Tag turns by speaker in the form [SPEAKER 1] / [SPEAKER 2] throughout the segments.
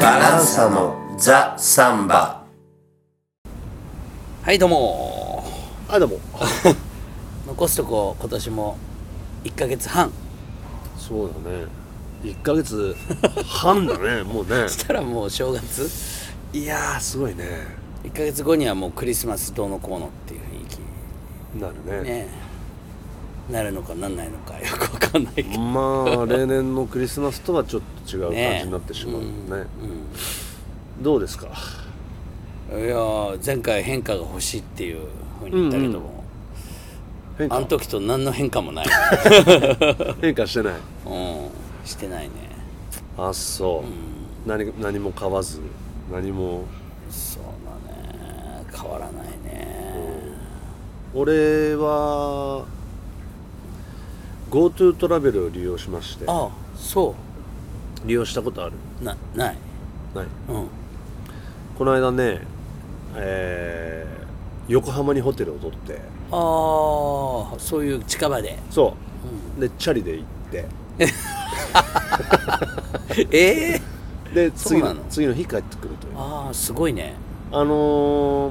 [SPEAKER 1] バランサのザ・サンバ
[SPEAKER 2] はいどうも
[SPEAKER 3] あでも
[SPEAKER 2] 残すとこ今年も1ヶ月半
[SPEAKER 3] そうだね1ヶ月半だ ねもうね
[SPEAKER 2] したらもう正月
[SPEAKER 3] いやーすごいね
[SPEAKER 2] 1ヶ月後にはもうクリスマスどうのこうのっていう雰囲気
[SPEAKER 3] なるね
[SPEAKER 2] ねなるのかなんないのかよくわかんないけど、
[SPEAKER 3] まあ例年のクリスマスとはちょっと違う感じ
[SPEAKER 2] ね
[SPEAKER 3] になってしまうね
[SPEAKER 2] うん
[SPEAKER 3] どうです か
[SPEAKER 2] いやー前回変化が欲しいっていうふうに言ったけども、
[SPEAKER 3] 変
[SPEAKER 2] あ
[SPEAKER 3] 化
[SPEAKER 2] の時と何の変化もない、
[SPEAKER 3] 変化してない
[SPEAKER 2] うん、してないね
[SPEAKER 3] あそう、何何も買わず何も
[SPEAKER 2] そうだね変わらないね
[SPEAKER 3] 俺は GoTo トラベルを利用しまして
[SPEAKER 2] あそ
[SPEAKER 3] 利用したことある
[SPEAKER 2] うなない
[SPEAKER 3] ない
[SPEAKER 2] うん
[SPEAKER 3] この間ねえー横浜にホテルを取って
[SPEAKER 2] ああそういう近 場で
[SPEAKER 3] そう、でチャリで行って
[SPEAKER 2] ええ
[SPEAKER 3] で
[SPEAKER 2] そう
[SPEAKER 3] 次
[SPEAKER 2] な
[SPEAKER 3] の
[SPEAKER 2] の
[SPEAKER 3] 次の日帰ってくるというあ
[SPEAKER 2] ああすごいね
[SPEAKER 3] のー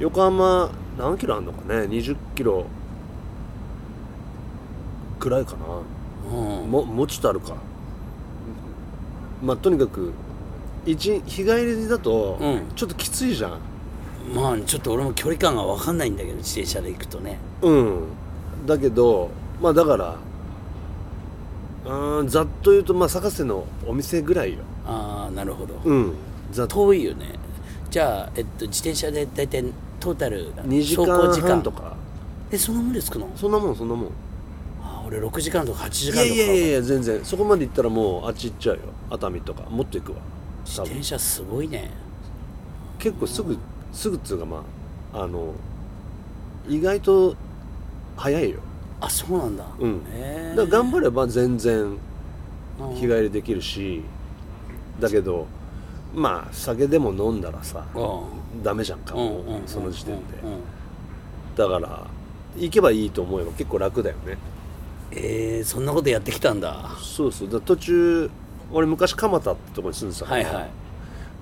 [SPEAKER 3] 横浜何キロあんのかね20キロくらいかな
[SPEAKER 2] うん
[SPEAKER 3] ももうちょっとあるかまあとにかく一日帰りだと、
[SPEAKER 2] うん
[SPEAKER 3] ちょっときついじゃん
[SPEAKER 2] まあちょっと俺も距離感が分かんないんだけど自転車で行くとね
[SPEAKER 3] うんだけどまあだからうーんざっと言うとまあ坂瀬のお店ぐらいよ
[SPEAKER 2] ああなるほど、
[SPEAKER 3] うんざっと
[SPEAKER 2] 遠いよねじゃあ、えっと、自転車で大体トータル
[SPEAKER 3] 2時間
[SPEAKER 2] 走行
[SPEAKER 3] 半とか
[SPEAKER 2] えそんなもんで着くの
[SPEAKER 3] そんなもんそんなもん
[SPEAKER 2] あ俺6時間とか8時
[SPEAKER 3] い
[SPEAKER 2] 間と
[SPEAKER 3] や
[SPEAKER 2] か
[SPEAKER 3] いやいやいや全然そこまで行ったらもうあっち行っちゃうよ熱海とかもっと行くわ
[SPEAKER 2] 自
[SPEAKER 3] 多分
[SPEAKER 2] 転車すごいね
[SPEAKER 3] 結構すぐすぐっつうかまああの意外と早いよ
[SPEAKER 2] あそうなんだ
[SPEAKER 3] うんだ
[SPEAKER 2] へえ
[SPEAKER 3] から頑張れば全然
[SPEAKER 2] うん
[SPEAKER 3] 日帰りできるしだけどまあ酒でも飲んだらさダメじゃんか
[SPEAKER 2] うん
[SPEAKER 3] も
[SPEAKER 2] うんうん
[SPEAKER 3] うその時点で
[SPEAKER 2] うんうん
[SPEAKER 3] だから行けばいいと思えば結構楽だよね
[SPEAKER 2] えー、そんなことやってきたんだは
[SPEAKER 3] そうそうだから途中俺昔蒲田ってとこに住んでたから
[SPEAKER 2] いはい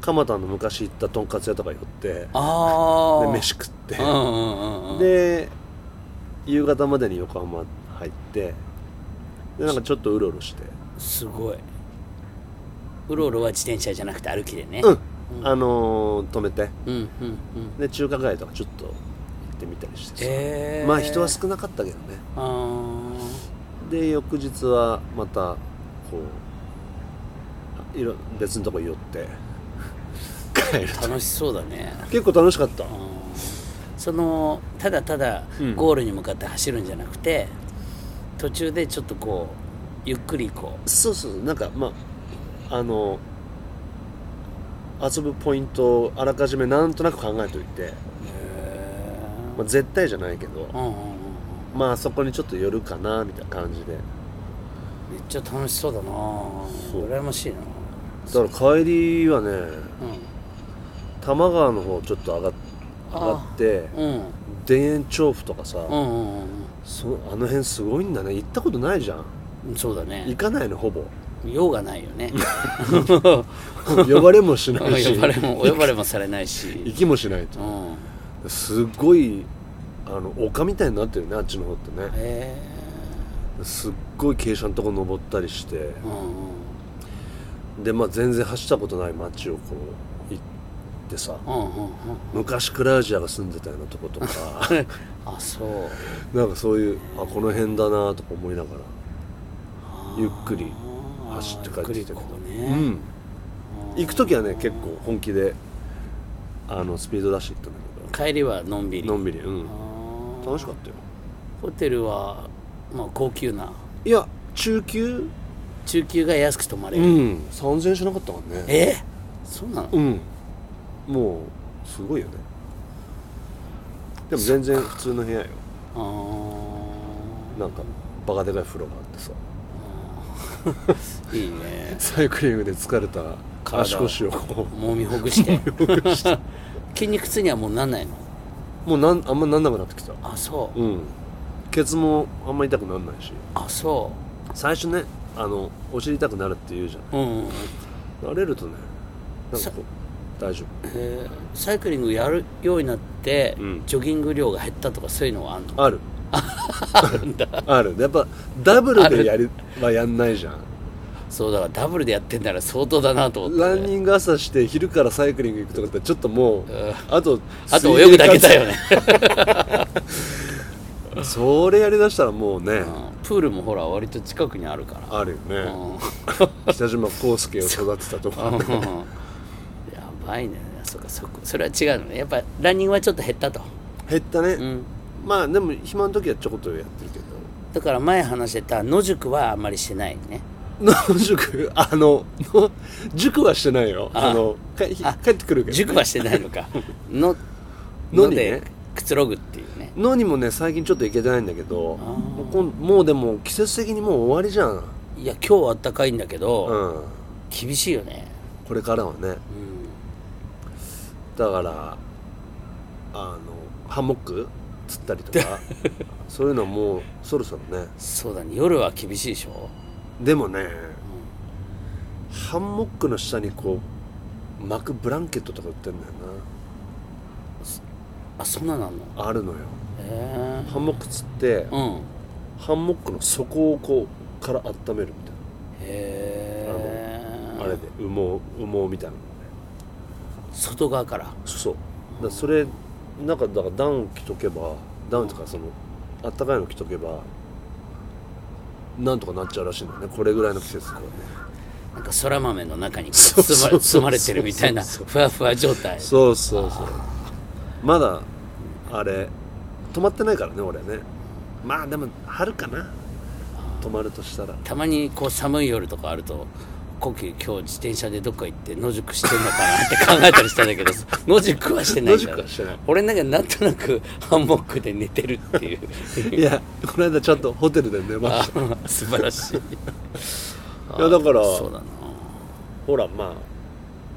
[SPEAKER 3] 蒲田の昔行ったとんかつ屋とか寄って
[SPEAKER 2] ああ
[SPEAKER 3] で飯食って
[SPEAKER 2] うんうんうんうん
[SPEAKER 3] で夕方までに横浜入ってでなんかちょっとうろうろして
[SPEAKER 2] すごいうろうろは自転車じゃなくて歩きでね
[SPEAKER 3] うん、あのー止めて
[SPEAKER 2] うんうんうん
[SPEAKER 3] で中華街とかちょっと行ってみたりしてさ、
[SPEAKER 2] えー、
[SPEAKER 3] まあ人は少なかったけどね
[SPEAKER 2] あー
[SPEAKER 3] で翌日はまたこういろ別のとこ寄って 帰る
[SPEAKER 2] 楽しそうだね
[SPEAKER 3] 結構楽しかった
[SPEAKER 2] そのただただ
[SPEAKER 3] うん
[SPEAKER 2] ゴールに向かって走るんじゃなくて、途中でちょっとこうゆっくりこ
[SPEAKER 3] そうそうなんかまああの遊ぶポイントをあらかじめなんとなく考えといて、
[SPEAKER 2] うへ
[SPEAKER 3] まあ、絶対じゃないけど
[SPEAKER 2] えうんうんうんうん
[SPEAKER 3] まあそこにちょっと寄るかなみたいな感じで
[SPEAKER 2] めっちゃ楽しそうだな
[SPEAKER 3] そう
[SPEAKER 2] 羨ましいな
[SPEAKER 3] だから帰りはね
[SPEAKER 2] う
[SPEAKER 3] 多摩川の方ちょっと上がっ
[SPEAKER 2] あ
[SPEAKER 3] 上がって
[SPEAKER 2] んうん
[SPEAKER 3] 田園調布とかさ、
[SPEAKER 2] うんうんうん
[SPEAKER 3] そあの辺すごいんだね行ったことないじゃん
[SPEAKER 2] うんそうだ
[SPEAKER 3] 行
[SPEAKER 2] ね
[SPEAKER 3] かないのほぼ
[SPEAKER 2] 用がないよね
[SPEAKER 3] 呼ばれもし ないし
[SPEAKER 2] 呼ばれもお呼ばれもされないし
[SPEAKER 3] 行きもしないと
[SPEAKER 2] うん
[SPEAKER 3] すごいあの丘みたいになってるねあっちの方ってね
[SPEAKER 2] へえ
[SPEAKER 3] すっごい傾斜のとこ登ったりして
[SPEAKER 2] うんうん
[SPEAKER 3] でまあ全然走ったことない街をこう行ってさ
[SPEAKER 2] うんうんうん
[SPEAKER 3] 昔クラウジアが住んでたようなとことか
[SPEAKER 2] あそ う
[SPEAKER 3] なんかそういうあこの辺だなとか思いながらゆっくり
[SPEAKER 2] あー
[SPEAKER 3] 走って帰ってきたけど
[SPEAKER 2] ゆっくりこう
[SPEAKER 3] う
[SPEAKER 2] ね、
[SPEAKER 3] ん行く時はね結構本気であのスピード出して行ったんだ
[SPEAKER 2] 帰りはのんび
[SPEAKER 3] け
[SPEAKER 2] り
[SPEAKER 3] どのんびりうん
[SPEAKER 2] あー
[SPEAKER 3] 楽しかったよ
[SPEAKER 2] ホテルは、まあ、高級ない
[SPEAKER 3] や中級
[SPEAKER 2] 中級が安く泊まれ
[SPEAKER 3] う
[SPEAKER 2] る、
[SPEAKER 3] ん3000円しなかったからね
[SPEAKER 2] えそうなの、
[SPEAKER 3] うんもうすごいよねでも全然普通の部屋よ
[SPEAKER 2] あ
[SPEAKER 3] なんかバカでかい風呂があってさ
[SPEAKER 2] ーいいね
[SPEAKER 3] サイクリングで疲れた
[SPEAKER 2] 体を
[SPEAKER 3] 足腰をこ
[SPEAKER 2] もみほぐして筋肉痛にはもうなんないの
[SPEAKER 3] うもうなんあんまなんなくなってきた
[SPEAKER 2] あそう、
[SPEAKER 3] うんケツもあんまり痛くなんないし
[SPEAKER 2] あそ
[SPEAKER 3] 最初ねあのお尻痛くなるって言うじゃん
[SPEAKER 2] ううん、うん
[SPEAKER 3] 慣れるとねなんか
[SPEAKER 2] さ
[SPEAKER 3] こう大丈
[SPEAKER 2] えーサイクリングやるようになって、
[SPEAKER 3] うん
[SPEAKER 2] ジョギング量が減ったとかそういうのはあんの
[SPEAKER 3] 夫あるあるん だあるやっぱダブルでやりはやんないじゃん
[SPEAKER 2] そうだからダブルでやってんなら相当だなと思って、
[SPEAKER 3] ランニング朝して昼からサイクリング行くとかだってちょっともう
[SPEAKER 2] うん
[SPEAKER 3] あと
[SPEAKER 2] あと泳ぐだけだよね、
[SPEAKER 3] それやりだしたらもうね
[SPEAKER 2] うんプールもほら割と近くにあるから
[SPEAKER 3] あるよね
[SPEAKER 2] うん
[SPEAKER 3] 北島康介を育てたとか
[SPEAKER 2] うんやばいねそっかそっかそれは違うのねやっぱランニングはちょっと減ったと、
[SPEAKER 3] 減ったね、
[SPEAKER 2] うん、
[SPEAKER 3] まあでも暇の時はちょこっとやってるけど
[SPEAKER 2] だから前話してた野宿はあんまりしてないね
[SPEAKER 3] の塾 あのの塾はしてないよ
[SPEAKER 2] あ
[SPEAKER 3] あのかひ帰ってくるけど、
[SPEAKER 2] 塾はしてないの かの
[SPEAKER 3] の
[SPEAKER 2] の
[SPEAKER 3] にね
[SPEAKER 2] でくつろぐっていうね
[SPEAKER 3] のにもね最近ちょっと行けてないんだけど
[SPEAKER 2] あー
[SPEAKER 3] もうこんもうでも季節的にもう終わりじゃん
[SPEAKER 2] いや今日はあったかいんだけど、
[SPEAKER 3] うん
[SPEAKER 2] 厳しいよね
[SPEAKER 3] これからはね
[SPEAKER 2] うん
[SPEAKER 3] だからあのハンモック釣ったりとかそういうのもうそろそろね
[SPEAKER 2] そうだね夜は厳しいでしょ
[SPEAKER 3] でもね、ハンモックの下にこう巻くブランケットとか売ってんだよ
[SPEAKER 2] あそんなのあんの
[SPEAKER 3] なあるのよ
[SPEAKER 2] え
[SPEAKER 3] ハンモック釣って、
[SPEAKER 2] えうん
[SPEAKER 3] ハンモックの底をこうから温めるみた
[SPEAKER 2] へ
[SPEAKER 3] い
[SPEAKER 2] え
[SPEAKER 3] なあれで羽毛羽毛みたいなのね
[SPEAKER 2] 外側から
[SPEAKER 3] そうだからそれなんかだからダウン着とけばダウンとかそのあったかいの着とけばなんとかなっちゃうらしいんだよねこれぐらいの季節とかね
[SPEAKER 2] なんか空豆の中にこ
[SPEAKER 3] そううそうそ
[SPEAKER 2] 包ま
[SPEAKER 3] う
[SPEAKER 2] 包まれてるみたいな
[SPEAKER 3] そう
[SPEAKER 2] ふわふわ状態
[SPEAKER 3] そうそうそうまだあれ止まってないからね俺ねまあでも春かな止まるとしたら
[SPEAKER 2] たまにこう寒い夜とかあると呼吸今日自転車でどっか行って野宿してんのかなって考えたりしたんだけ ど野宿はしてないんだよ
[SPEAKER 3] 野宿はしてない
[SPEAKER 2] 俺なんかなんとなくハンモックで寝てるっていう
[SPEAKER 3] いやこの間ちゃんとホテルで寝ま
[SPEAKER 2] あ
[SPEAKER 3] し
[SPEAKER 2] 素晴らしい
[SPEAKER 3] たいやだから
[SPEAKER 2] そうだな
[SPEAKER 3] ほらまあ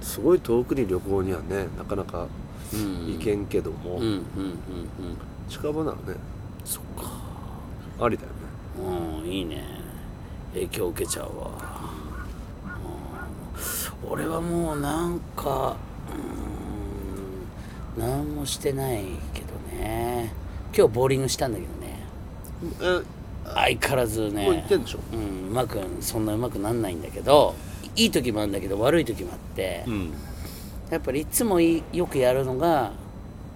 [SPEAKER 3] すごい遠くに旅行にはねなかなか
[SPEAKER 2] うん
[SPEAKER 3] 行けんけども、
[SPEAKER 2] うんうんうんうん
[SPEAKER 3] 近場ならね
[SPEAKER 2] そっか
[SPEAKER 3] ありだよね
[SPEAKER 2] うんいいね影響受けちゃうわ、うん、俺はもうなんかうん何もしてないけどね今日ボーリングしたんだけどね
[SPEAKER 3] え
[SPEAKER 2] 相変わらずね
[SPEAKER 3] もう行ってんでしょ
[SPEAKER 2] うんうまくそんなうまくなんないんだけどいい時もあるんだけど悪い時もあって、
[SPEAKER 3] ん
[SPEAKER 2] やっぱりいつもいよくやるのが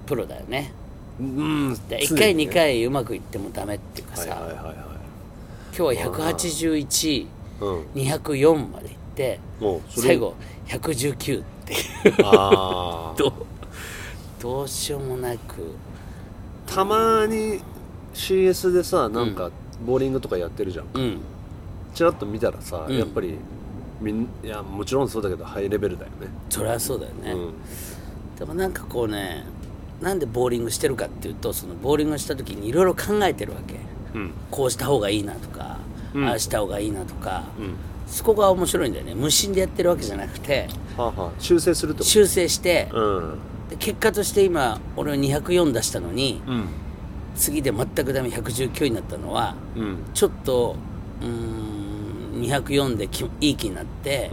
[SPEAKER 2] プロだよね
[SPEAKER 3] うん
[SPEAKER 2] で
[SPEAKER 3] 常
[SPEAKER 2] 1
[SPEAKER 3] にね
[SPEAKER 2] 回2回うまくいってもダメっていうか
[SPEAKER 3] はい
[SPEAKER 2] さ、
[SPEAKER 3] はいはいは
[SPEAKER 2] 今日は181
[SPEAKER 3] いうん
[SPEAKER 2] 204まで行って
[SPEAKER 3] もうそれ
[SPEAKER 2] 最後119っていう
[SPEAKER 3] ああ
[SPEAKER 2] どう どうしようもなく
[SPEAKER 3] たまに CS でさなんかボーリングとかやってるじゃん
[SPEAKER 2] うん
[SPEAKER 3] ちらっと見たらさ、
[SPEAKER 2] うん
[SPEAKER 3] やっぱりみんいやもちろんそうだけどハイレベルだよね
[SPEAKER 2] そりゃそうだよね、
[SPEAKER 3] うん
[SPEAKER 2] でもなんかこうねなんでボーリングしてるかっていうとそのボーリングした時にいろいろ考えてるわけ
[SPEAKER 3] うん
[SPEAKER 2] こうした方がいいなとか、
[SPEAKER 3] うん
[SPEAKER 2] ああした方がいいなとか、
[SPEAKER 3] うん
[SPEAKER 2] そこが面白いんだよね無心でやってるわけじゃなくて
[SPEAKER 3] はあ、はあ、修正するってこ
[SPEAKER 2] 修正して、
[SPEAKER 3] とうん
[SPEAKER 2] で結果として今俺は204出したのに
[SPEAKER 3] うん
[SPEAKER 2] 次で全くダメ119になったのは
[SPEAKER 3] うん
[SPEAKER 2] ちょっとうーん204できいい気に なって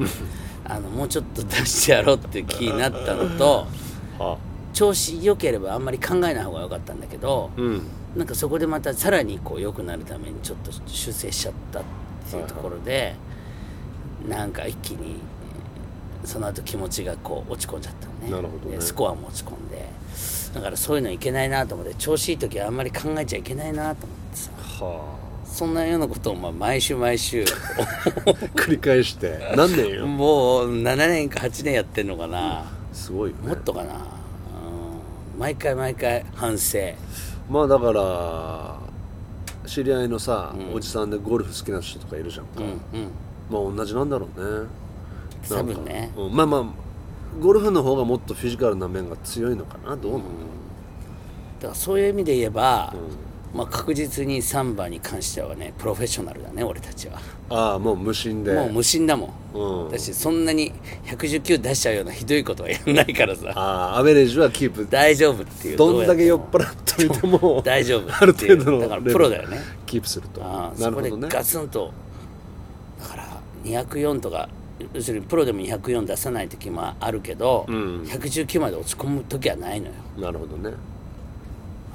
[SPEAKER 2] あのもうちょっと出してやろうっていう気になったのと
[SPEAKER 3] はあ
[SPEAKER 2] 調子良ければあんまり考えない方が良かったんだけど
[SPEAKER 3] うん
[SPEAKER 2] なんかそこでまたさらにこう良くなるためにちょっと修正しちゃったっていうところでなんか一気にその後気持ちがこう落ち込んじゃったのね
[SPEAKER 3] なるほどね
[SPEAKER 2] でスコアも落ち込んでだからそういうのいけないなと思って調子いい時はあんまり考えちゃいけないなと思ってさ
[SPEAKER 3] は
[SPEAKER 2] そんなようなことをまあ毎週 毎週
[SPEAKER 3] あ 繰り返して何年よ
[SPEAKER 2] もう7年か8年やってんのかな、
[SPEAKER 3] すごいよね
[SPEAKER 2] もっとかな、うん、毎回毎回反省
[SPEAKER 3] まあだから知り合いのさ、おじさんでゴルフ好きな人とかいるじゃんか、
[SPEAKER 2] うんうん
[SPEAKER 3] まあ同じなんだろうね
[SPEAKER 2] 多分ね
[SPEAKER 3] なんかうんまあまあゴルフの方がもっとフィジカルな面が強いのかなどうなの、
[SPEAKER 2] だからそういう意味で言えば、まあ、確実にサンバに関してはねプロフェッショナルだね俺たちは
[SPEAKER 3] ああもう無心で
[SPEAKER 2] もう無心だもん、
[SPEAKER 3] うん
[SPEAKER 2] 私そんなに119出しちゃうようなひどいことはやんないからさ
[SPEAKER 3] ああアベレージはキープ
[SPEAKER 2] 大丈夫っていう
[SPEAKER 3] どんだけ酔っ
[SPEAKER 2] どう
[SPEAKER 3] 払ってみても
[SPEAKER 2] 大丈夫
[SPEAKER 3] ある程度の
[SPEAKER 2] だから
[SPEAKER 3] レベル
[SPEAKER 2] プロだよね
[SPEAKER 3] キープすると
[SPEAKER 2] やってもああ
[SPEAKER 3] な
[SPEAKER 2] そ
[SPEAKER 3] る
[SPEAKER 2] こ
[SPEAKER 3] ほ
[SPEAKER 2] で
[SPEAKER 3] どね
[SPEAKER 2] ガツンとだから204とか要するにプロでも204出さない時もあるけど、
[SPEAKER 3] うん
[SPEAKER 2] 119まで落ち込む時はないのよ
[SPEAKER 3] なるほどね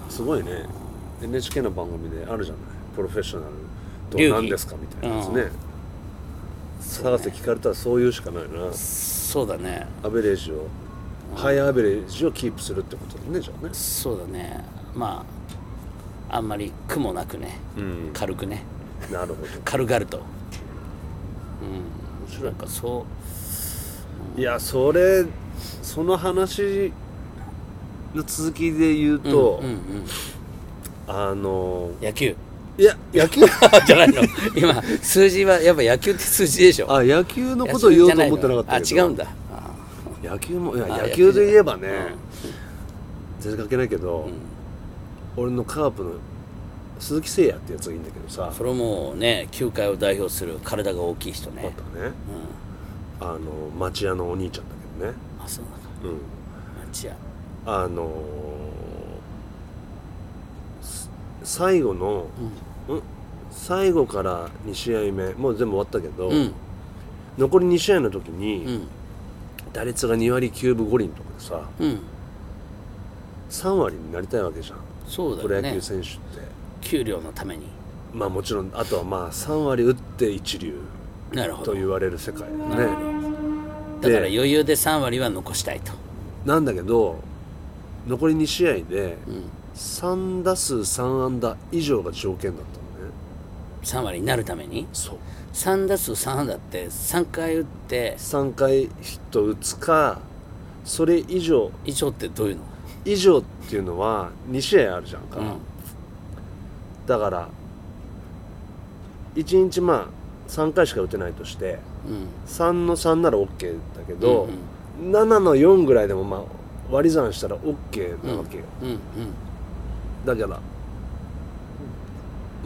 [SPEAKER 3] すごいね NHK の番組であるじゃないプロフェッショナルと
[SPEAKER 2] 流
[SPEAKER 3] は
[SPEAKER 2] 儀
[SPEAKER 3] 何ですかみたいなやつ
[SPEAKER 2] う
[SPEAKER 3] ね探せ聞かれたらそういうしかないな
[SPEAKER 2] そうだね
[SPEAKER 3] アベレージをハイアベレージをキープするってことだねじゃあね
[SPEAKER 2] そうだねまああんまり苦もなくね、
[SPEAKER 3] うん
[SPEAKER 2] 軽くね
[SPEAKER 3] なるほど
[SPEAKER 2] 軽々とうんなんかそ
[SPEAKER 3] いやそれその話の続きで言う
[SPEAKER 2] う
[SPEAKER 3] と、
[SPEAKER 2] うんうん
[SPEAKER 3] あの
[SPEAKER 2] 野 球
[SPEAKER 3] いや野球
[SPEAKER 2] じゃないの今数字はやっぱ野球って数字でしょ
[SPEAKER 3] あ野球のことを言おうと思ってなかったけど
[SPEAKER 2] あ違うんだあ
[SPEAKER 3] 野球もいや
[SPEAKER 2] あ
[SPEAKER 3] 野球で言えばね、
[SPEAKER 2] 野球じゃない
[SPEAKER 3] 全然関係ないけど、俺のカープの鈴木誠也ってやつがいいんだけどさ
[SPEAKER 2] それもうね球界を代表する体が大きい人ね、
[SPEAKER 3] またね
[SPEAKER 2] うん、
[SPEAKER 3] あの町屋のお兄ちゃんだけどね
[SPEAKER 2] あそうなんだ
[SPEAKER 3] うん
[SPEAKER 2] 町屋
[SPEAKER 3] あのーす最後の、うん最後から2試合目もう全部終わったけど、
[SPEAKER 2] うん
[SPEAKER 3] 残り2試合の時
[SPEAKER 2] う
[SPEAKER 3] に、
[SPEAKER 2] ん
[SPEAKER 3] 打率が2割9分5厘とかでさ
[SPEAKER 2] うん
[SPEAKER 3] 3割になりたいわけじゃん、
[SPEAKER 2] そうだ
[SPEAKER 3] プ
[SPEAKER 2] よ
[SPEAKER 3] ロ
[SPEAKER 2] ね
[SPEAKER 3] 野球選手って
[SPEAKER 2] 給料のために
[SPEAKER 3] まあもちろんあとはまあ3割打って一流
[SPEAKER 2] なるほ
[SPEAKER 3] と
[SPEAKER 2] ど
[SPEAKER 3] 言われる世界だ
[SPEAKER 2] なるほ
[SPEAKER 3] ね
[SPEAKER 2] だから余裕で3割は残したいと、
[SPEAKER 3] なんだけど残り2試合で
[SPEAKER 2] うん、
[SPEAKER 3] 3打数3安打以上が条件だったのね
[SPEAKER 2] 3割になるために
[SPEAKER 3] そう
[SPEAKER 2] 3打数3安打って3回打って
[SPEAKER 3] 3回ヒット打つかそれ以上
[SPEAKER 2] 以上ってどういうの
[SPEAKER 3] 以上っていうのは2試合あるじゃんか、
[SPEAKER 2] うん
[SPEAKER 3] だから1日まあ3回しか打てないとして
[SPEAKER 2] うん
[SPEAKER 3] 3の3なら OK だけど、
[SPEAKER 2] うん
[SPEAKER 3] 7の4ぐらいでもまあ割り算したら OK なわけよ、
[SPEAKER 2] うんうん
[SPEAKER 3] だから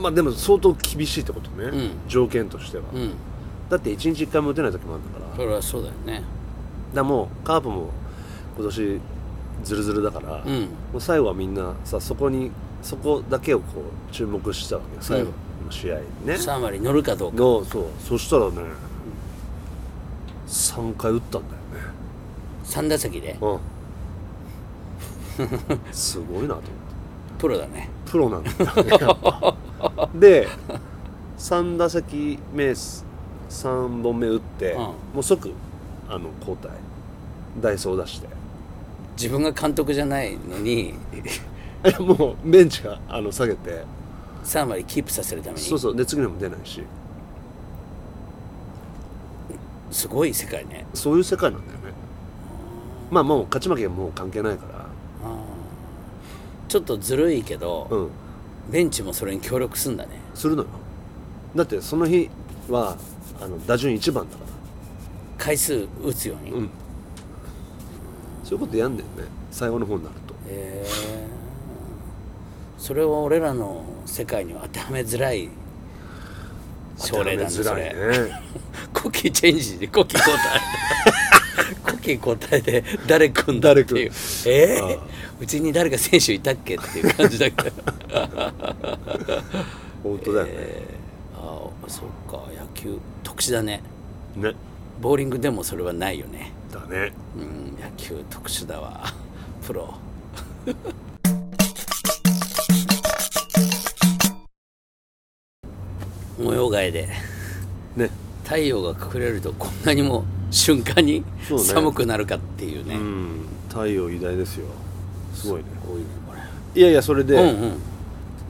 [SPEAKER 3] まあでも相当厳しいってことね、
[SPEAKER 2] うん
[SPEAKER 3] 条件としては、
[SPEAKER 2] うん
[SPEAKER 3] だって1日1回も打てない時もあるんだからだ
[SPEAKER 2] そ
[SPEAKER 3] か
[SPEAKER 2] れはそうだよね
[SPEAKER 3] らもうカープも今年ズルズルだから、
[SPEAKER 2] うん
[SPEAKER 3] もう最後はみんなさそこにそこだけをこう注目してたわけよ最後の試合にね、
[SPEAKER 2] 3割乗るかどうか
[SPEAKER 3] のそうそしたらね3回打ったんだよね
[SPEAKER 2] 3打席で
[SPEAKER 3] うんすごいなと思って
[SPEAKER 2] プロだね
[SPEAKER 3] プロなんだねやっ ぱで3打席目3本目打って、
[SPEAKER 2] うん
[SPEAKER 3] もう即あの交代ダイソー出して
[SPEAKER 2] 自分が監督じゃないのに
[SPEAKER 3] もうベンチがあの下げて
[SPEAKER 2] 3割キープさせるために
[SPEAKER 3] そうそうで次のも出ないし
[SPEAKER 2] すごい世界ね
[SPEAKER 3] そういう世界なんだよねまあもう勝ち負けはもう関係ないから
[SPEAKER 2] ちょっとずるいけど、
[SPEAKER 3] うん
[SPEAKER 2] ベンチもそれに協力すんだね
[SPEAKER 3] するのよだってその日はあの打順1番だから
[SPEAKER 2] 回数打つように、
[SPEAKER 3] うんそういうことやんだよね最後の方になると
[SPEAKER 2] へえそれは俺らの世界には当てはめづらい症例だね
[SPEAKER 3] 当て
[SPEAKER 2] そ
[SPEAKER 3] はめ
[SPEAKER 2] れ
[SPEAKER 3] づらいね
[SPEAKER 2] コキチェンジでコキ交 代コキ交代で誰組んだって
[SPEAKER 3] 誰組
[SPEAKER 2] いう
[SPEAKER 3] む
[SPEAKER 2] え
[SPEAKER 3] ああ、
[SPEAKER 2] ーうちに誰か選手いたっけっていう感じだけど
[SPEAKER 3] 本当だよね、
[SPEAKER 2] ああそっか野球特殊だね
[SPEAKER 3] ね
[SPEAKER 2] ボーリングでもそれはないよね
[SPEAKER 3] だね
[SPEAKER 2] うん野球特殊だわ プロ模様替えで
[SPEAKER 3] ね
[SPEAKER 2] 太陽が隠れるとこんなにも瞬間に
[SPEAKER 3] そうね
[SPEAKER 2] 寒くなるかっていうね
[SPEAKER 3] うん太陽偉大ですよすごいね
[SPEAKER 2] こういうねこ
[SPEAKER 3] いやいやそれで、
[SPEAKER 2] れうんうん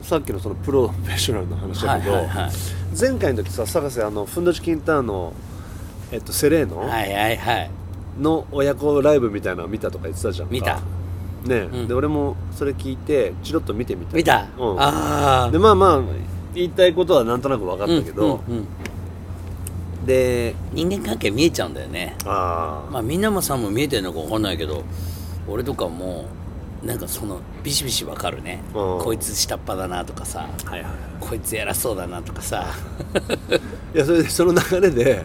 [SPEAKER 3] さっきのそのプロフェッショナルの話だけど、
[SPEAKER 2] はいはいはい
[SPEAKER 3] 前回の時さ探せあのふんどしキンターの、えっと、セレーノ、
[SPEAKER 2] はいはいはい
[SPEAKER 3] の親子ライブみたいなの見たとか言ってたじゃんか
[SPEAKER 2] 見た
[SPEAKER 3] ね、
[SPEAKER 2] うん
[SPEAKER 3] で俺もそれ聞いてチロッと見てみた
[SPEAKER 2] 見た、
[SPEAKER 3] うん
[SPEAKER 2] ああ
[SPEAKER 3] でまあまあ言いたいことはなんとなく分かったけど、
[SPEAKER 2] うんうんうん
[SPEAKER 3] で
[SPEAKER 2] 人間関係見えちゃうんだよね
[SPEAKER 3] ああ
[SPEAKER 2] まあみんなもさんも見えてるのか分かんないけど俺とかもうなんかそのビシビシわかるね
[SPEAKER 3] うん
[SPEAKER 2] こいつ下っ端だなとかさ
[SPEAKER 3] はいはい
[SPEAKER 2] こいつ偉そうだなとかさ
[SPEAKER 3] いやそれでその流れで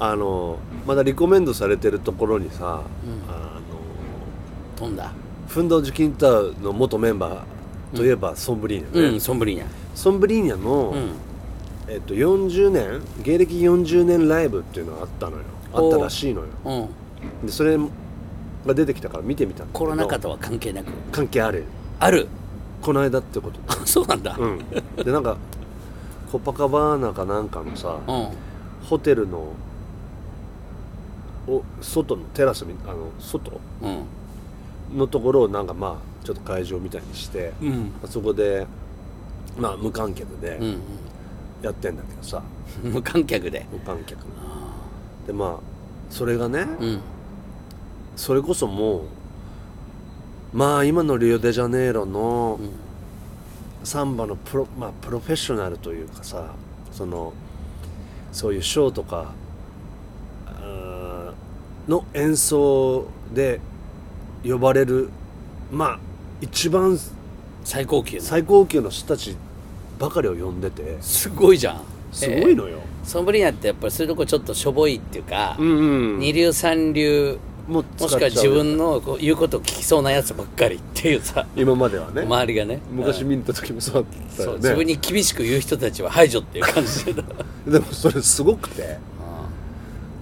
[SPEAKER 3] あのまだリコメンドされてるところにさ、あ
[SPEAKER 2] 飛んだ
[SPEAKER 3] のフンドージュ・キンターの元メンバーといえばソンブリーニャね、
[SPEAKER 2] うんソンブリーニャ
[SPEAKER 3] ソンブリーニャの、
[SPEAKER 2] うん
[SPEAKER 3] えっと、40年芸歴40年ライブっていうのがあったのよあったらしいのよ
[SPEAKER 2] うん
[SPEAKER 3] でそれが出てきたから見てみたんだけど
[SPEAKER 2] コロナ禍とは関係なく
[SPEAKER 3] 関係ある
[SPEAKER 2] ある
[SPEAKER 3] この間ってこと
[SPEAKER 2] そうなんだ
[SPEAKER 3] うんでなんかコパカバーナかなんかのさ
[SPEAKER 2] うん
[SPEAKER 3] ホテルのお外のテラスみあの外
[SPEAKER 2] うん
[SPEAKER 3] のところをなんかまあちょっと会場みたいにして、
[SPEAKER 2] うん
[SPEAKER 3] そこでまあ無観客で
[SPEAKER 2] うん
[SPEAKER 3] やってんだけどさ、
[SPEAKER 2] うん無観客で
[SPEAKER 3] 無観客でまあそれがね、
[SPEAKER 2] うん
[SPEAKER 3] それこそもうまあ今のリオデジャネイロの
[SPEAKER 2] うん
[SPEAKER 3] サンバのプロ,、まあ、プロフェッショナルというかさそのそういうショーとかあーの演奏で呼ばれるまあ一番
[SPEAKER 2] 最高級の
[SPEAKER 3] 最高級の人たちばかりを呼んでて
[SPEAKER 2] すごいじゃん
[SPEAKER 3] すごい
[SPEAKER 2] の
[SPEAKER 3] のよ、
[SPEAKER 2] ソンブリーニャってやっぱりそういうとこちょっとしょぼいっていうか
[SPEAKER 3] うん
[SPEAKER 2] 二流三流
[SPEAKER 3] もう
[SPEAKER 2] も
[SPEAKER 3] 使っ
[SPEAKER 2] し
[SPEAKER 3] ちゃう
[SPEAKER 2] くは自分のこう言うことを聞きそうなやつばっかりっていうさ
[SPEAKER 3] 今まではね、
[SPEAKER 2] 周りがね
[SPEAKER 3] 昔
[SPEAKER 2] うん
[SPEAKER 3] 見に行った時もそうだった
[SPEAKER 2] そ
[SPEAKER 3] よ
[SPEAKER 2] う
[SPEAKER 3] ね
[SPEAKER 2] 自分に厳しく言う人たちは排除っていう感じで
[SPEAKER 3] でもそれすごくて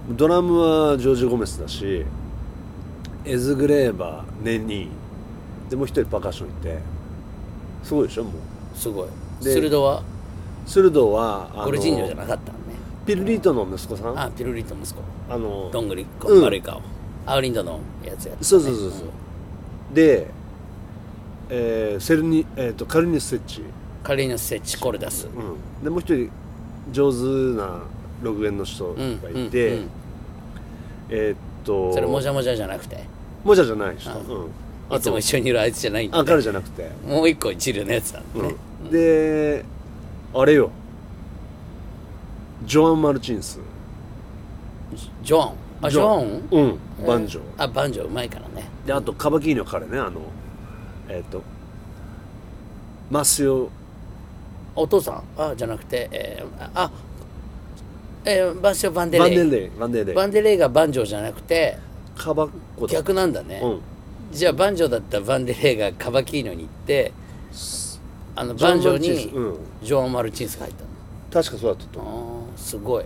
[SPEAKER 3] ドラムはジョージ・ゴメスだしエズ・グレーバーネニーでもう一人パーカッションいてすごいでしょもう
[SPEAKER 2] すごい
[SPEAKER 3] で
[SPEAKER 2] 鋭は
[SPEAKER 3] スルドはあの
[SPEAKER 2] ゴルジーニョじゃなかったのね
[SPEAKER 3] ピルリートの息子さん
[SPEAKER 2] あピルリと息子
[SPEAKER 3] あの
[SPEAKER 2] どんぐりこ
[SPEAKER 3] うん
[SPEAKER 2] 悪い顔アウリンドのやつやったね
[SPEAKER 3] そうそうそうそう、で、えーセルニえー、とカルニス・セッチ、
[SPEAKER 2] カリーノスセッチコルダス
[SPEAKER 3] うん、でもう一人上手なログ園の人
[SPEAKER 2] うん
[SPEAKER 3] がいて、
[SPEAKER 2] うんうん
[SPEAKER 3] えーっと
[SPEAKER 2] それもじゃもじゃじゃなくてい
[SPEAKER 3] もじゃじゃない人
[SPEAKER 2] あ
[SPEAKER 3] うん、あ
[SPEAKER 2] つも
[SPEAKER 3] と
[SPEAKER 2] 一緒にいるあいつじゃないんだ
[SPEAKER 3] あ
[SPEAKER 2] ね
[SPEAKER 3] 彼じゃなくて
[SPEAKER 2] もう一個一流のやつなんだね
[SPEAKER 3] うん、であれよジョアン・マルチンス
[SPEAKER 2] ジョンあジョン
[SPEAKER 3] うんバンジョー
[SPEAKER 2] あバンジョーうまいからね
[SPEAKER 3] であとカバキーニョ彼ねあのえっ、とマスオ
[SPEAKER 2] お父さんあじゃなくて、えーあ、えー、バンショバンデレ
[SPEAKER 3] バ
[SPEAKER 2] イ
[SPEAKER 3] ンデレイバンデレイ
[SPEAKER 2] バンデレイがバンジョーじゃなくて
[SPEAKER 3] カバコだ
[SPEAKER 2] 逆なんだね、
[SPEAKER 3] うん
[SPEAKER 2] じゃあバンジョーだったらバンデレイがカバキーノに行ってあの
[SPEAKER 3] ジョ
[SPEAKER 2] バ
[SPEAKER 3] ン
[SPEAKER 2] ンジ
[SPEAKER 3] マ
[SPEAKER 2] ョー
[SPEAKER 3] ルチン
[SPEAKER 2] に
[SPEAKER 3] スうん
[SPEAKER 2] ジョーン・マルチンスが入ったの
[SPEAKER 3] 確かそうだったと思
[SPEAKER 2] あーすごい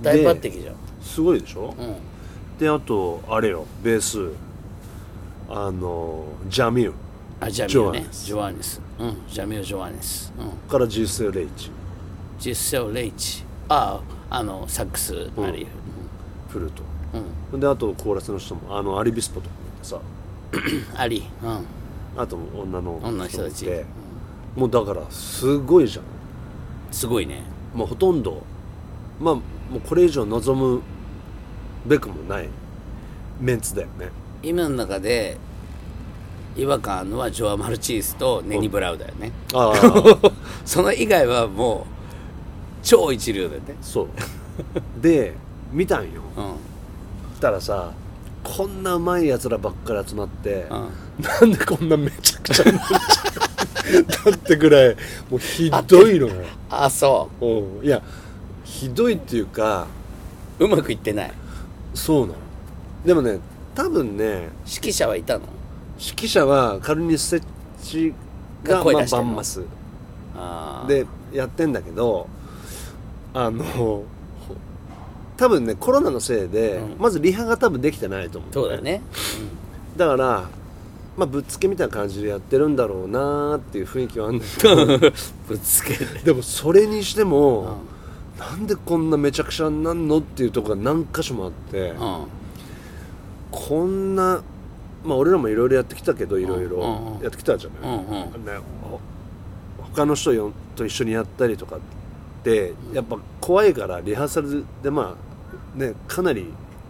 [SPEAKER 2] 大抜擢じゃん
[SPEAKER 3] うすごいでしょ、
[SPEAKER 2] うん
[SPEAKER 3] であとあれよベースあのジャミュー
[SPEAKER 2] あジャミオ
[SPEAKER 3] ジョア
[SPEAKER 2] ね
[SPEAKER 3] ネス
[SPEAKER 2] ジョアネスうんジャミオ・ジョアネスうん
[SPEAKER 3] からジースレイチ
[SPEAKER 2] ジェッセオ・レイチあああのサックスあれ、
[SPEAKER 3] フルート、であとコーラスの人もあのアリビスポとかもいてさ
[SPEAKER 2] うん、ありうん
[SPEAKER 3] あと女の
[SPEAKER 2] 女の人たち
[SPEAKER 3] もいてもうだからすごいじゃん
[SPEAKER 2] すごいね
[SPEAKER 3] もうほとんどまあもうこれ以上望むべくもないメンツだよね
[SPEAKER 2] 今の中で違和感あるのはジョア・マルチースとネニ・ブラウだよね、
[SPEAKER 3] ああ
[SPEAKER 2] その以外はもう超一流だよね
[SPEAKER 3] そうで見たんよ
[SPEAKER 2] うん
[SPEAKER 3] したらさこんなうまいやつらばっかり集まって、
[SPEAKER 2] うん
[SPEAKER 3] なんでこんなめちゃくちゃになっちゃうだってぐらいもうひどいのよ、
[SPEAKER 2] あそ
[SPEAKER 3] うん、いやひどいっていうか
[SPEAKER 2] ううまくいってない
[SPEAKER 3] そうなのでもね多分ね
[SPEAKER 2] 指揮者はいたの
[SPEAKER 3] 指揮者はカルニス・セッチが
[SPEAKER 2] が声
[SPEAKER 3] まあ
[SPEAKER 2] 出して
[SPEAKER 3] バ
[SPEAKER 2] んの
[SPEAKER 3] ンマス
[SPEAKER 2] あー
[SPEAKER 3] でやってんだけどあのほ多分ねコロナのせいで、
[SPEAKER 2] うん
[SPEAKER 3] まずリハが多分できてないと思う
[SPEAKER 2] そうだね
[SPEAKER 3] だから、まあ、ぶっつけみたいな感じでやってるんだろうなーっていう雰囲気はあるんだけど
[SPEAKER 2] ぶつけて
[SPEAKER 3] でもそれにしても、なんでこんなめちゃくちゃになんのっていうとこが何箇所もあって、
[SPEAKER 2] うん
[SPEAKER 3] こんなまあ俺らもいろいろやってきたけどいろい
[SPEAKER 2] うんうん
[SPEAKER 3] ろ
[SPEAKER 2] うん
[SPEAKER 3] やってきたじゃ
[SPEAKER 2] う
[SPEAKER 3] ない、
[SPEAKER 2] んうん
[SPEAKER 3] ね、ほ他の人よと一緒にやったりとかってやっぱ怖いからリハーサルでまあねかなり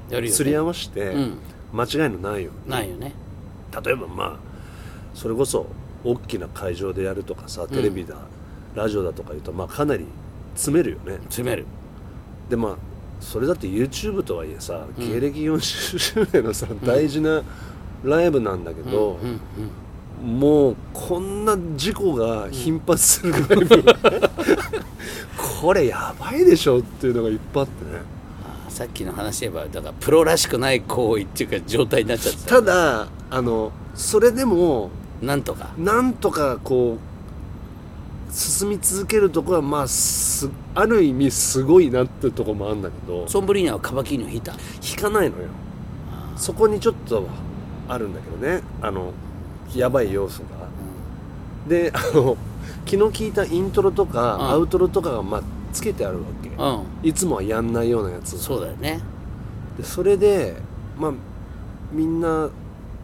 [SPEAKER 2] やるよね
[SPEAKER 3] すり合わせて
[SPEAKER 2] うん
[SPEAKER 3] 間違いのないように、
[SPEAKER 2] ないよね
[SPEAKER 3] 例えばまあそれこそ大きな会場でやるとかさテレビだ、ラジオだとかいうとまあかなり詰めるよね
[SPEAKER 2] 詰める
[SPEAKER 3] でまあそれだって YouTube とはいえさ芸歴40周年のさ、大事なライブなんだけど、
[SPEAKER 2] うん
[SPEAKER 3] もうこんな事故が頻発するぐらい、これやばいでしょっていうのがいっぱいあってね
[SPEAKER 2] あさっきの話で言えばだからプロらしくない行為っていうか状態になっちゃってた
[SPEAKER 3] ただあのそれでも
[SPEAKER 2] なんとか
[SPEAKER 3] なんとかこう進み続けるとこはまあすある意味すごいなってとこもあるんだけど
[SPEAKER 2] ソンブリーナはカバキーニを引いた
[SPEAKER 3] 引かないのよそこにちょっとあるんだけどねあのやばい要素がであの昨日聞いたイントロと
[SPEAKER 2] うん
[SPEAKER 3] かアウトロとかがまあつけてあるわけ、
[SPEAKER 2] うん、
[SPEAKER 3] いつもはやんないようなやつ
[SPEAKER 2] そうだよね
[SPEAKER 3] でそれでまあみんな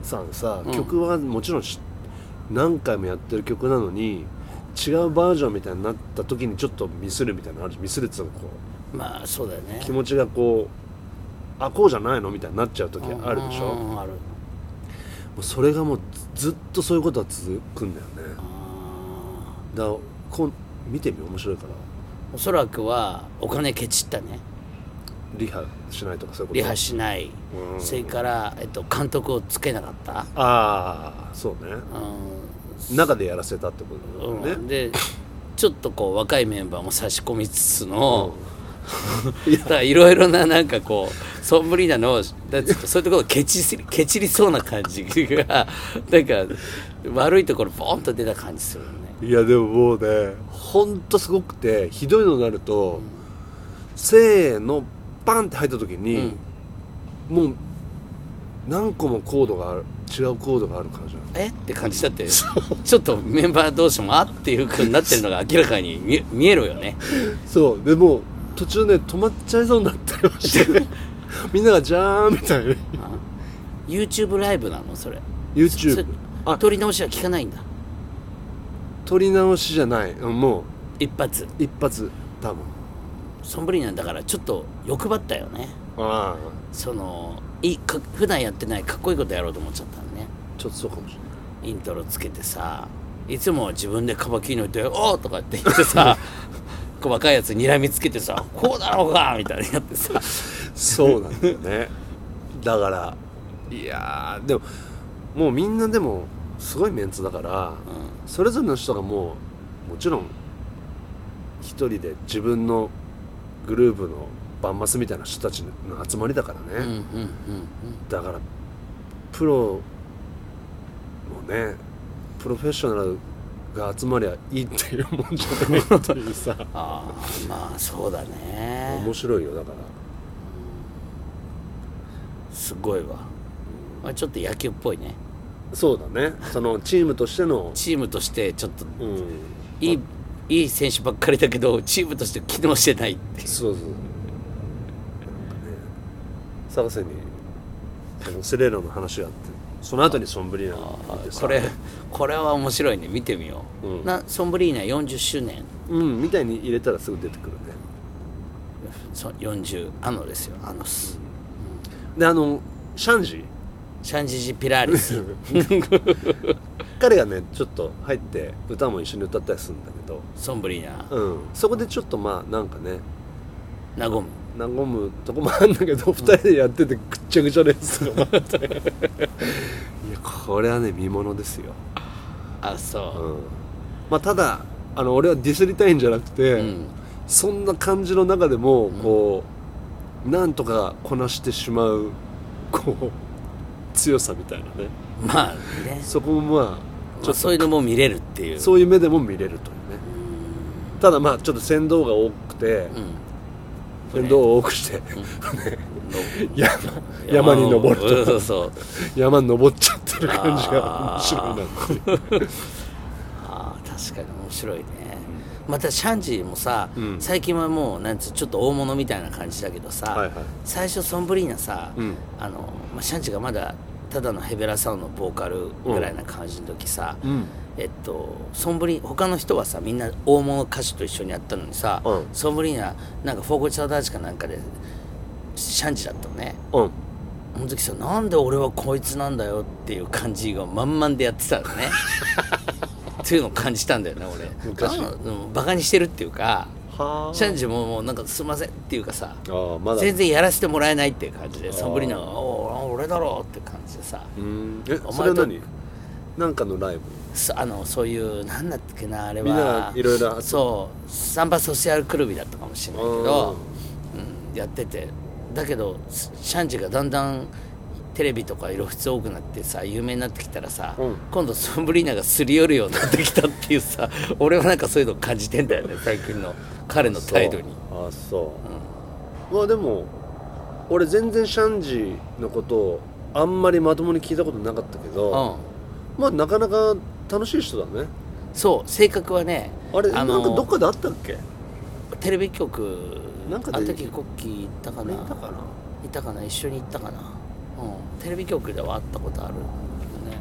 [SPEAKER 3] さんさ、
[SPEAKER 2] うん
[SPEAKER 3] 曲はもちろんし何回もやってる曲なのに違うバージョンみたいになった時にちょっとミスるみたいなのあるじゃんミスるっていうのはこ
[SPEAKER 2] まあそうだよね
[SPEAKER 3] う気持ちがこうあこうじゃないのみたいになっちゃう時あるでしょ、
[SPEAKER 2] う
[SPEAKER 3] も
[SPEAKER 2] んある
[SPEAKER 3] うそれがもうずずっとそういうことは続くんだよね
[SPEAKER 2] あ
[SPEAKER 3] だからこう見てみよう面白いから
[SPEAKER 2] ーおそらくはお金ケチったね
[SPEAKER 3] リハしないとかそういうこと
[SPEAKER 2] リハしない、
[SPEAKER 3] うん
[SPEAKER 2] それから、えっと、監督をつけなかった、
[SPEAKER 3] ああそうね中でやらせたってことだ
[SPEAKER 2] う
[SPEAKER 3] も
[SPEAKER 2] ん
[SPEAKER 3] んね、
[SPEAKER 2] うんでちょっとこう若いメンバーも差し込みつつの、 だからいろいろななんかこうソンブリーナのだってそういうところをケチすケチりそうな感じがなんか悪いところボンと出た感じするよね
[SPEAKER 3] いやでももうねほんとすごくてひどいのになると、せーのパンって入った時に、もう何個もコードがある違うコードがある感じなの
[SPEAKER 2] えって感じだってちょっとメンバー同士もあっていう風になってるのが明らかに見見えるよね
[SPEAKER 3] そうでもう途中ね止まっちゃいそうになってましてみんながジャーンみたいに
[SPEAKER 2] YouTube ライブなのそれそ
[SPEAKER 3] YouTube
[SPEAKER 2] あ
[SPEAKER 3] あ
[SPEAKER 2] 撮り直しは聞かないんだ
[SPEAKER 3] 撮り直しじゃないうんも
[SPEAKER 2] 一発
[SPEAKER 3] う一発多分
[SPEAKER 2] ソンブリーナだからちょっと欲張ったよね
[SPEAKER 3] ああ
[SPEAKER 2] そのいか普段やってないかっこいいことやろうと思っちゃったのね
[SPEAKER 3] ちょっとそうかもしれない
[SPEAKER 2] イントロつけてさいつもは自分でカバキーノいて「おーとかって言ってさ こう若いやつにらみつけてさ「こうだろうが!」みたいなやってさ
[SPEAKER 3] そうなんだよね だからいやーでももうみんなでもすごいメンツだから、それぞれの人がもうもちろん一人で自分のグループのバンマスみたいな人たちの集まりだから
[SPEAKER 2] うんうん
[SPEAKER 3] ね、
[SPEAKER 2] うん
[SPEAKER 3] だからプロのねプロフェッショナルが集まりゃいいっていうもんじゃないっていうさ
[SPEAKER 2] ああまあそうだね
[SPEAKER 3] 面白いよだから
[SPEAKER 2] すごいわ、まあ、ちょっと野球っぽいね
[SPEAKER 3] そうだねそのチームとしての
[SPEAKER 2] チームとしてちょっと
[SPEAKER 3] うん
[SPEAKER 2] いいいい選手ばっかりだけどチームとして機能してないっていう
[SPEAKER 3] そうそうなんかね探せにあのセレーロの話があってその後にソンブリーナがいてさ
[SPEAKER 2] これこれは面白いね見てみよう、
[SPEAKER 3] うん
[SPEAKER 2] なソンブリーナ40周年
[SPEAKER 3] うんみたいに入れたらすぐ出てくるね
[SPEAKER 2] そ40あのですよあのス
[SPEAKER 3] であのシャンジ
[SPEAKER 2] シャンジジ・ピラー リス
[SPEAKER 3] 彼がねちょっと入って歌も一緒に歌ったりするんだけど、
[SPEAKER 2] ソンブリーナ
[SPEAKER 3] うん、そこでちょっとまあなんかね
[SPEAKER 2] ナゴム
[SPEAKER 3] 和むとこもあるんだけど、二人でやっててぐっちゃぐちゃのやつとかもあって いやこれはね見ものですよ
[SPEAKER 2] あそう、
[SPEAKER 3] まあ、ただあの俺はディスりたいんじゃなくて、
[SPEAKER 2] ん
[SPEAKER 3] そんな感じの中でもこう、なんとかこなしてしまうこう強さみたいなね
[SPEAKER 2] まあね
[SPEAKER 3] そこもまあちょっ
[SPEAKER 2] まあ
[SPEAKER 3] と
[SPEAKER 2] そういうのも見れるっていう
[SPEAKER 3] そういう目でも見れるというねただまあちょっと船頭が多くて、
[SPEAKER 2] ん
[SPEAKER 3] 船頭を多くして、山山に登る
[SPEAKER 2] う
[SPEAKER 3] と
[SPEAKER 2] んそうそう
[SPEAKER 3] 山に登っちゃってる感じが
[SPEAKER 2] あ
[SPEAKER 3] 面白いなっていう
[SPEAKER 2] ああ確かに面白いねまたシャンジーもさ、
[SPEAKER 3] うん
[SPEAKER 2] 最近はもうなんつうちょっと大物みたいな感じだけどさ、
[SPEAKER 3] はいはい
[SPEAKER 2] 最初ソンブリーナさ、
[SPEAKER 3] うん
[SPEAKER 2] あのまあ、シャンジーがまだただのヘベラサウンドのボーカルぐらいな感じの時さ、
[SPEAKER 3] うん
[SPEAKER 2] えっとソンブリ他の人はさみんな大物歌手と一緒にやったのにさ、
[SPEAKER 3] うん
[SPEAKER 2] ソンブリーナなんかフォーゴチャーダージかなんかでシャンジだったのね
[SPEAKER 3] うん
[SPEAKER 2] その時さなんで俺はこいつなんだよっていう感じが満々でやってたの ねっていうのを感じたんだよね俺
[SPEAKER 3] 昔
[SPEAKER 2] なんかうんバカにしてるっていうか
[SPEAKER 3] は
[SPEAKER 2] シャンジももうなんかすいませんっていうかさ
[SPEAKER 3] ああまだ
[SPEAKER 2] 全然やらせてもらえないっていう感じで
[SPEAKER 3] ー
[SPEAKER 2] ソンブリーナが「おー俺だろうって感じでさ
[SPEAKER 3] うんえ
[SPEAKER 2] お前と
[SPEAKER 3] それは何なんかのライブ
[SPEAKER 2] そあのそういうなんだっけなあれは
[SPEAKER 3] みんないろいろあった
[SPEAKER 2] そうサンバソシアルクルビだったかもしれないけど、うん、やっててだけどシャンジがだんだんテレビとか露出多くなってさ有名になってきたらさ、
[SPEAKER 3] うん
[SPEAKER 2] 今度ソンブリーナがすり寄るようになってきたっていうさ 俺はなんかそういうの感じてん だよね最近の彼の態度に
[SPEAKER 3] そうあそう、まあでも俺全然シャンジのことをあんまりまともに聞いたことなかったけ
[SPEAKER 2] う
[SPEAKER 3] ど、
[SPEAKER 2] ん
[SPEAKER 3] まあなかなか楽しい人だね
[SPEAKER 2] そう性格はね
[SPEAKER 3] あれ、な
[SPEAKER 2] あ
[SPEAKER 3] んかど
[SPEAKER 2] の
[SPEAKER 3] っかであったっけ
[SPEAKER 2] テレビ局
[SPEAKER 3] なんかで
[SPEAKER 2] あの時国旗行ったかな
[SPEAKER 3] 行ったかな
[SPEAKER 2] 行ったかな一緒に行ったかな、うん、テレビ局では会ったことあるんだけどね、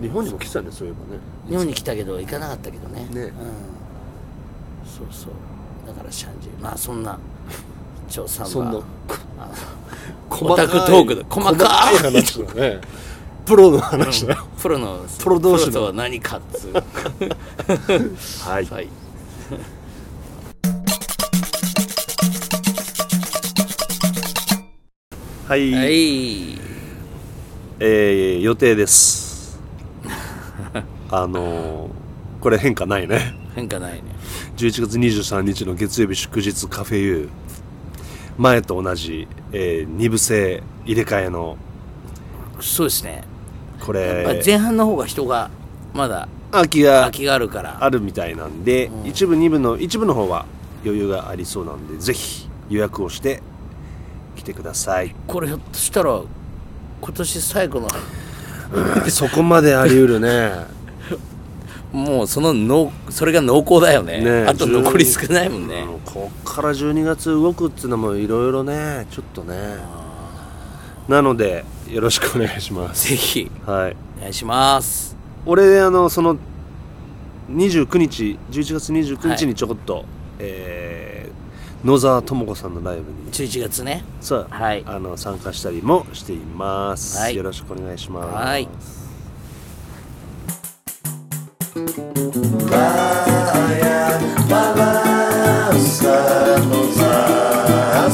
[SPEAKER 3] 日本にも来てたねそういえばね
[SPEAKER 2] うん、日本に来たけど行かなかったけどね
[SPEAKER 3] ね
[SPEAKER 2] うん、そうそうだからシャンジまあそんな長さん
[SPEAKER 3] そんな
[SPEAKER 2] あのオタクトークだ細かい
[SPEAKER 3] 細い話だねプロの話だよ、
[SPEAKER 2] プロの
[SPEAKER 3] プロ同士の
[SPEAKER 2] プロとは何かっつう
[SPEAKER 3] はい
[SPEAKER 2] はい
[SPEAKER 3] はい、
[SPEAKER 2] はい
[SPEAKER 3] えー予定ですあのーこれ変化ないね
[SPEAKER 2] 変化ないね
[SPEAKER 3] 11月23日の月曜日祝日カフェ U 前と同じ、え2部制入れ替えの
[SPEAKER 2] そうですね
[SPEAKER 3] こ
[SPEAKER 2] やっぱ
[SPEAKER 3] れ
[SPEAKER 2] 前半の方が人がまだ
[SPEAKER 3] 秋が
[SPEAKER 2] 空きがあるから
[SPEAKER 3] あるみたいなんで、一部二部の一部の方は余裕がありそうなんでぜひ予約をして来てくださ い
[SPEAKER 2] これひょっとしたら今年最後の
[SPEAKER 3] そこまであり得るね
[SPEAKER 2] もうそののそれが濃厚だよ ね
[SPEAKER 3] ね
[SPEAKER 2] あと残り少ないもんね
[SPEAKER 3] うんこっから12月動くっつうのもいろいろねちょっとねなのでよろしくお願いします
[SPEAKER 2] ぜひ
[SPEAKER 3] はい
[SPEAKER 2] お願いします
[SPEAKER 3] 俺あのその29日11月29日にちょこっと、えー野沢智子さんのライブに
[SPEAKER 2] 11月ね
[SPEAKER 3] そう、
[SPEAKER 2] はい
[SPEAKER 3] あの参加したりもしています、
[SPEAKER 2] はい
[SPEAKER 3] よろしくお願いします
[SPEAKER 2] はい
[SPEAKER 1] バラン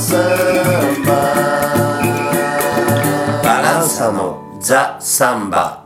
[SPEAKER 1] サのザ・サンバ